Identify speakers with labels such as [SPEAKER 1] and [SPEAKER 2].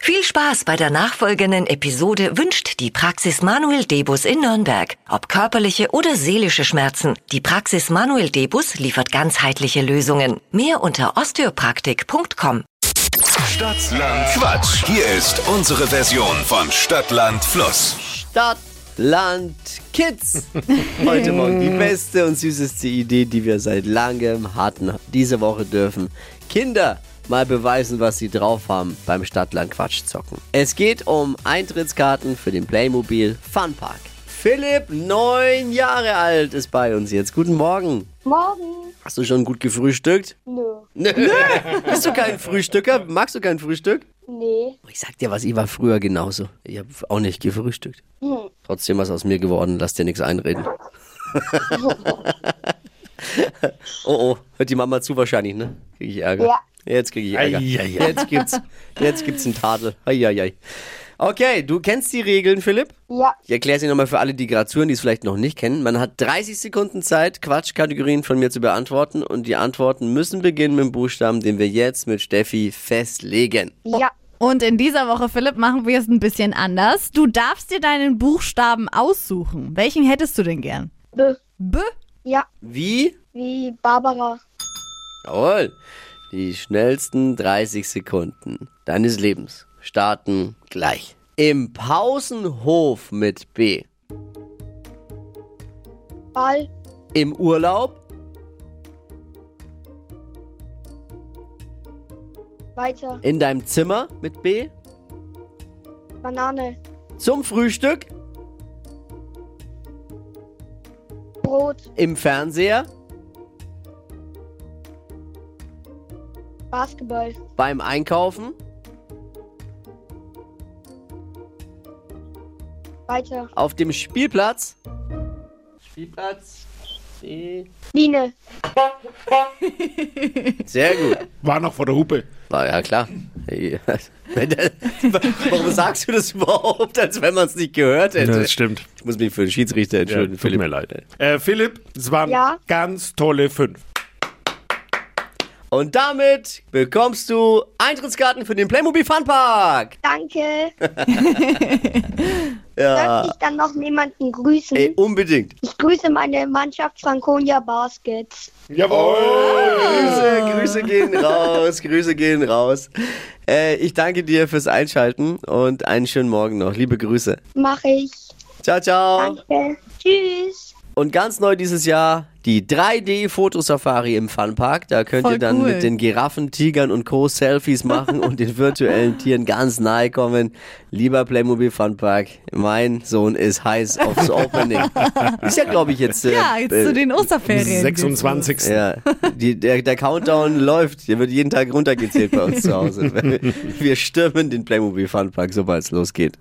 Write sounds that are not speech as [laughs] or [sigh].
[SPEAKER 1] Viel Spaß bei der nachfolgenden Episode wünscht die Praxis Manuel Debus in Nürnberg. Ob körperliche oder seelische Schmerzen, die Praxis Manuel Debus liefert ganzheitliche Lösungen. Mehr unter osteopraktik.com.
[SPEAKER 2] Stadtland Quatsch. Hier ist unsere Version von Stadtland Fluss.
[SPEAKER 3] Stadt, Land, Kids. Heute Morgen die beste und süßeste Idee, die wir seit langem hatten. Diese Woche dürfen Kinder mal beweisen, was sie drauf haben beim Stadtland Quatsch zocken. Es geht um Eintrittskarten für den Playmobil Funpark. Philipp, neun Jahre alt, ist bei uns jetzt. Guten Morgen.
[SPEAKER 4] Morgen.
[SPEAKER 3] Hast du schon gut gefrühstückt?
[SPEAKER 4] Nö.
[SPEAKER 3] Nö. [laughs] Bist du kein Frühstücker? Magst du kein Frühstück?
[SPEAKER 4] Nee.
[SPEAKER 3] Ich sag dir was, ich war früher genauso. Ich habe auch nicht gefrühstückt. Trotzdem was aus mir geworden, lass dir nichts einreden. oh oh, hört die Mama zu wahrscheinlich, ne? Krieg ich Ärger.
[SPEAKER 4] Ja.
[SPEAKER 3] Jetzt krieg ich Ärger. Jetzt gibt's, jetzt gibt's einen Tadel. Eieiei. Okay, du kennst die Regeln, Philipp?
[SPEAKER 4] Ja.
[SPEAKER 3] Ich erkläre sie nochmal für alle, die gerade zuhören, die es vielleicht noch nicht kennen. Man hat 30 Sekunden Zeit, Quatschkategorien von mir zu beantworten und die Antworten müssen beginnen mit dem Buchstaben, den wir jetzt mit Steffi festlegen.
[SPEAKER 4] Ja.
[SPEAKER 5] Und in dieser Woche, Philipp, machen wir es ein bisschen anders. Du darfst dir deinen Buchstaben aussuchen. Welchen hättest du denn gern?
[SPEAKER 4] B.
[SPEAKER 5] B.
[SPEAKER 4] Ja.
[SPEAKER 3] Wie?
[SPEAKER 4] Wie Barbara.
[SPEAKER 3] Jawohl. Die schnellsten 30 Sekunden deines Lebens starten gleich. Im Pausenhof mit B.
[SPEAKER 4] Ball.
[SPEAKER 3] Im Urlaub
[SPEAKER 4] Weiter.
[SPEAKER 3] in deinem Zimmer mit B.
[SPEAKER 4] Banane.
[SPEAKER 3] Zum Frühstück
[SPEAKER 4] Brot.
[SPEAKER 3] im Fernseher
[SPEAKER 4] Basketball.
[SPEAKER 3] beim Einkaufen
[SPEAKER 4] Weiter.
[SPEAKER 3] auf dem Spielplatz. Spielplatz. B.
[SPEAKER 4] Biene.
[SPEAKER 3] Sehr gut. [laughs]
[SPEAKER 6] War noch vor der Hupe.
[SPEAKER 3] Na ja, klar. Ja. Wenn der- Warum sagst du das überhaupt, als wenn man es nicht gehört hätte?
[SPEAKER 6] stimmt.
[SPEAKER 3] Ich muss mich für den Schiedsrichter entschuldigen.
[SPEAKER 6] tut
[SPEAKER 3] Philipp.
[SPEAKER 6] mir leid. Äh, Philipp, es waren
[SPEAKER 4] Ja.
[SPEAKER 6] ganz tolle fünf.
[SPEAKER 3] Und damit bekommst du Eintrittskarten für den Playmobil Funpark.
[SPEAKER 4] Danke. Darf ich dann noch jemanden grüßen?
[SPEAKER 3] Ey, unbedingt.
[SPEAKER 4] Ich grüße meine Mannschaft Franconia Baskets.
[SPEAKER 6] Jawohl!
[SPEAKER 3] Grüße, Grüße gehen raus, Grüße gehen raus. Äh, ich danke dir fürs Einschalten und einen schönen Morgen noch. Liebe Grüße.
[SPEAKER 4] Mache ich.
[SPEAKER 3] Ciao, ciao.
[SPEAKER 4] Danke. Tschüss.
[SPEAKER 3] Und ganz neu dieses Jahr die 3D-Fotosafari im Funpark. Da könnt
[SPEAKER 5] Voll
[SPEAKER 3] ihr dann
[SPEAKER 5] cool.
[SPEAKER 3] mit den Giraffen, Tigern und Co. Selfies machen und den
[SPEAKER 5] [laughs]
[SPEAKER 3] virtuellen Tieren ganz nahe kommen. Lieber Playmobil Funpark, mein Sohn ist heiß aufs Opening. ist ja, glaube ich, jetzt. äh,
[SPEAKER 5] Ja, jetzt zu den Osterferien. geht's los.
[SPEAKER 6] 26.
[SPEAKER 3] Ja, die, der, der Countdown läuft. Der wird
[SPEAKER 5] [laughs]
[SPEAKER 3] jeden Tag runtergezählt bei uns zu Hause. Wir stürmen den Playmobil Funpark, sobald es losgeht.